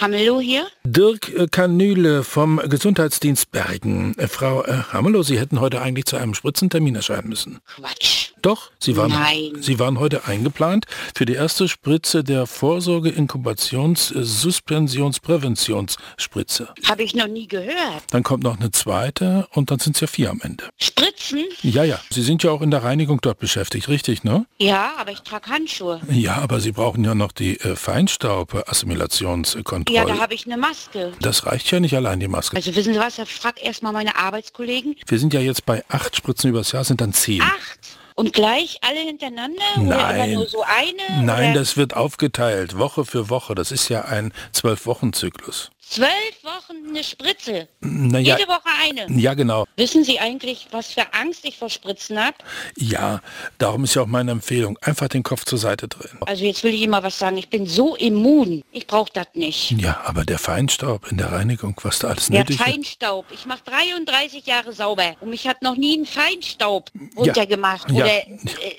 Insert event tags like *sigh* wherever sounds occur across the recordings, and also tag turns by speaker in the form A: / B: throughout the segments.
A: Hamelow hier?
B: Dirk äh, Kanüle vom Gesundheitsdienst Bergen. Äh, Frau äh, Hamelow, Sie hätten heute eigentlich zu einem Spritzentermin erscheinen müssen.
A: Quatsch.
B: Doch, Sie waren,
A: Nein.
B: Sie waren heute eingeplant für die erste Spritze der Vorsorge-Inkubations-Suspensions-Präventionsspritze.
A: Habe ich noch nie gehört.
B: Dann kommt noch eine zweite und dann sind es ja vier am Ende.
A: Spritzen?
B: Ja, ja, Sie sind ja auch in der Reinigung dort beschäftigt, richtig, ne?
A: Ja, aber ich trage Handschuhe.
B: Ja, aber Sie brauchen ja noch die äh, Feinstaub-Assimilationskontrolle.
A: Ja, da habe ich eine Maske.
B: das reicht ja nicht allein, die Maske.
A: Also wissen Sie was, ich frag erstmal meine Arbeitskollegen.
B: Wir sind ja jetzt bei acht Spritzen übers Jahr, sind dann zehn.
A: Acht. Und gleich alle hintereinander? Oder immer
B: Nein.
A: nur so eine?
B: Nein,
A: oder
B: das wird aufgeteilt, Woche für Woche. Das ist ja ein Zwölf-Wochen-Zyklus.
A: Zwölf Wochen eine Spritze.
B: Naja,
A: Jede Woche eine.
B: ja genau.
A: Wissen Sie eigentlich, was für Angst ich vor Spritzen habe?
B: Ja, darum ist ja auch meine Empfehlung, einfach den Kopf zur Seite drehen.
A: Also jetzt will ich Ihnen mal was sagen. Ich bin so immun. Ich brauche das nicht.
B: Ja, aber der Feinstaub in der Reinigung, was da alles
A: Der
B: nötig ist.
A: Feinstaub. Ich mache 33 Jahre sauber und mich hat noch nie ein Feinstaub runtergemacht
B: Ja.
A: oder äh,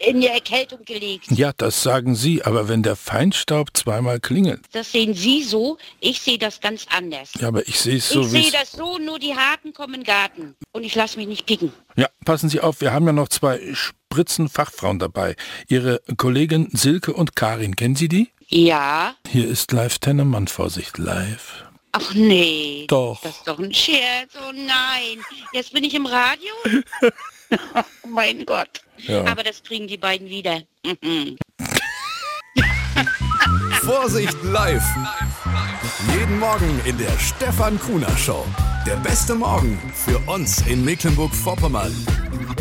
A: in die Erkältung gelegt.
B: Ja, das sagen Sie, aber wenn der Feinstaub zweimal klingelt.
A: Das sehen Sie so, ich sehe das ganz anders.
B: Ja, aber ich sehe es so
A: ich
B: wie
A: sehe das so, nur die Haken kommen in den Garten und ich lasse mich nicht picken.
B: Ja, passen Sie auf, wir haben ja noch zwei Spritzenfachfrauen dabei. Ihre Kollegen Silke und Karin, kennen Sie die?
A: Ja,
B: Hier ist live Tennemann, Vorsicht, live.
A: ach nee,
B: Doch.
A: das ist doch ein Scherz. Oh nein, jetzt bin ich im
B: *laughs*
A: Radio? oh mein Gott.
B: Ja.
A: Aber das kriegen die beiden wieder. Mhm.
C: Vorsicht live. Jeden Morgen in der Stefan Kuhner Show. Der beste Morgen für uns in Mecklenburg-Vorpommern.